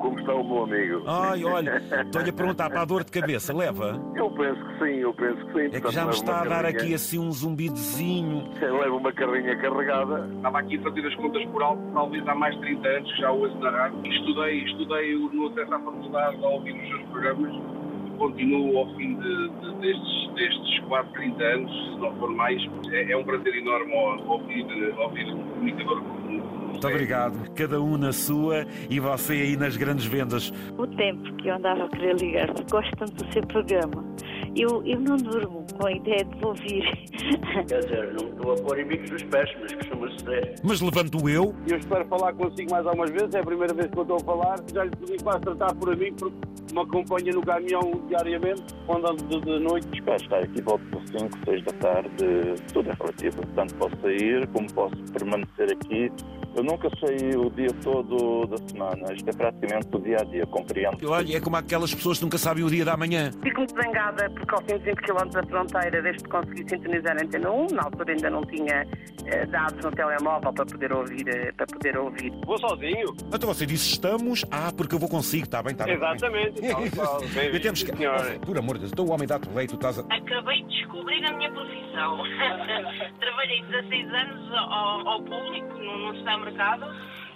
sugestão, meu amigo. Ai, olha, estou-lhe a perguntar para a dor de cabeça, leva? Eu penso que sim, eu penso que sim. É que já me está a dar aqui assim um Um zumbidozinho. Leva uma carrinha carregada. Estava aqui a fazer as contas por alto, talvez há mais de 30 anos que já ouço na rádio. Estudei, estudei no acesso à faculdade, a ouvir os seus programas. Continuo ao fim de, de- destes, destes quase 30 anos, se não for mais. É, é um prazer enorme ao- ouvir, ouvir um comunicador como como Muito obrigado. Cada um na sua e você aí nas grandes vendas. O tempo que eu andava a querer ligar, porque gosto tanto do seu programa. Eu, eu não durmo com a ideia de ouvir. Quer dizer, não estou a pôr em bicos dos pés, mas costuma-se dizer. Mas levanto eu? Eu espero falar consigo mais algumas vezes, é a primeira vez que eu estou a falar. Já lhe pedi quase tratar por amigo, porque me acompanha no caminhão diariamente, andando de, de noite. Espero estar aqui volta por 5, 6 da tarde, tudo é relativo. Tanto posso sair como posso permanecer aqui. Eu nunca saí o dia todo da semana, isto é praticamente o dia a dia, compreendo. Olha, é como aquelas pessoas que nunca sabem o dia da manhã. Fico muito zangada porque aos 120 km da fronteira, desde que consegui sintonizar a antena 1, na altura ainda não tinha eh, dados no telemóvel para poder ouvir. eh, para poder ouvir. Vou sozinho? Então você disse estamos, ah, porque eu vou consigo, está bem, está bem. tá bem. Exatamente. então, Tal, tal. Bem Eu temos que... visto, senhora. Por amor de Deus, então o homem dá-te leite, tu estás a... Acabei de descobrir a minha profissão. Trabalhei 16 anos ao, ao público, num, num supermercado,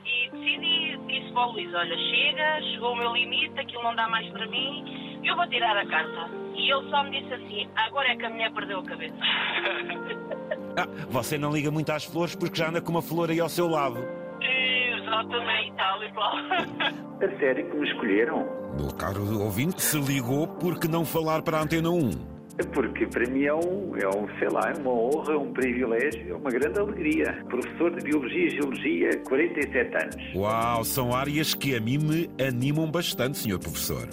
e decidi, disse para o Luís, olha, chega, chegou o meu limite, aquilo não dá mais para mim, eu vou tirar a carta. E ele só me disse assim, agora é que a mulher perdeu a cabeça. Ah, você não liga muito às flores porque já anda com uma flor aí ao seu lado. Exatamente, tal e qual. A sério que me escolheram? Meu caro ouvinte, se ligou porque não falar para a Antena 1. Porque para mim é um, é um, sei lá, é uma honra, um privilégio, é uma grande alegria. Professor de Biologia e Geologia, 47 anos. Uau, são áreas que a mim me animam bastante, senhor professor.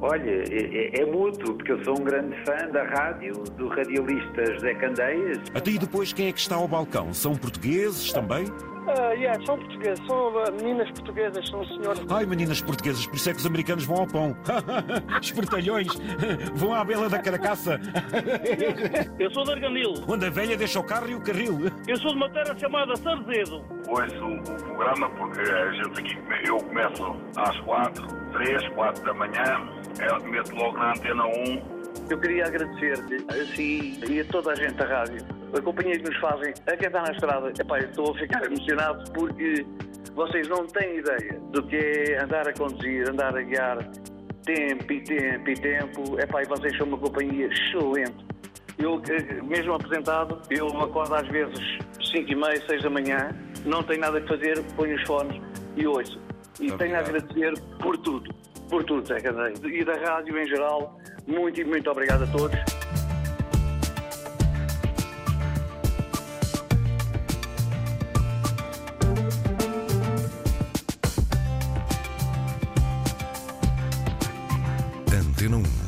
Olha, é, é- é mútuo, porque eu sou um grande fã da rádio, do radialista José Candeias. Até e depois, quem é que está ao balcão? São portugueses também? Ah, yeah, são portugueses, são ah, meninas portuguesas, um são senhoras. Ai, meninas portuguesas, por isso é que os americanos vão ao pão. Espertalhões, vão à bela da carcaça, Eu sou de Arganil, onde a velha deixa o carro e o carril. eu sou de uma terra chamada Sarzedo. Ouço o programa porque a gente aqui, eu começo às 4, 3, 4 da manhã, eu meto logo na antena 1 Eu queria agradecer-te assim, e a toda a gente da rádio, a companhia que nos fazem, a quem está na estrada. Epá, eu estou a ficar emocionado porque vocês não têm ideia do que é andar a conduzir, andar a guiar, tempo e tempo e tempo. Epá, e vocês são uma companhia excelente. Eu, eh, mesmo apresentado, eu acordo às vezes 5 e meia, 6 da manhã, não tenho nada que fazer, ponho os fones e ouço. E tenho a Obrigado. agradecer por tudo, por tudo, Zé Cadeiro. E da rádio em geral, muito e muito obrigado a todos. Antena 1.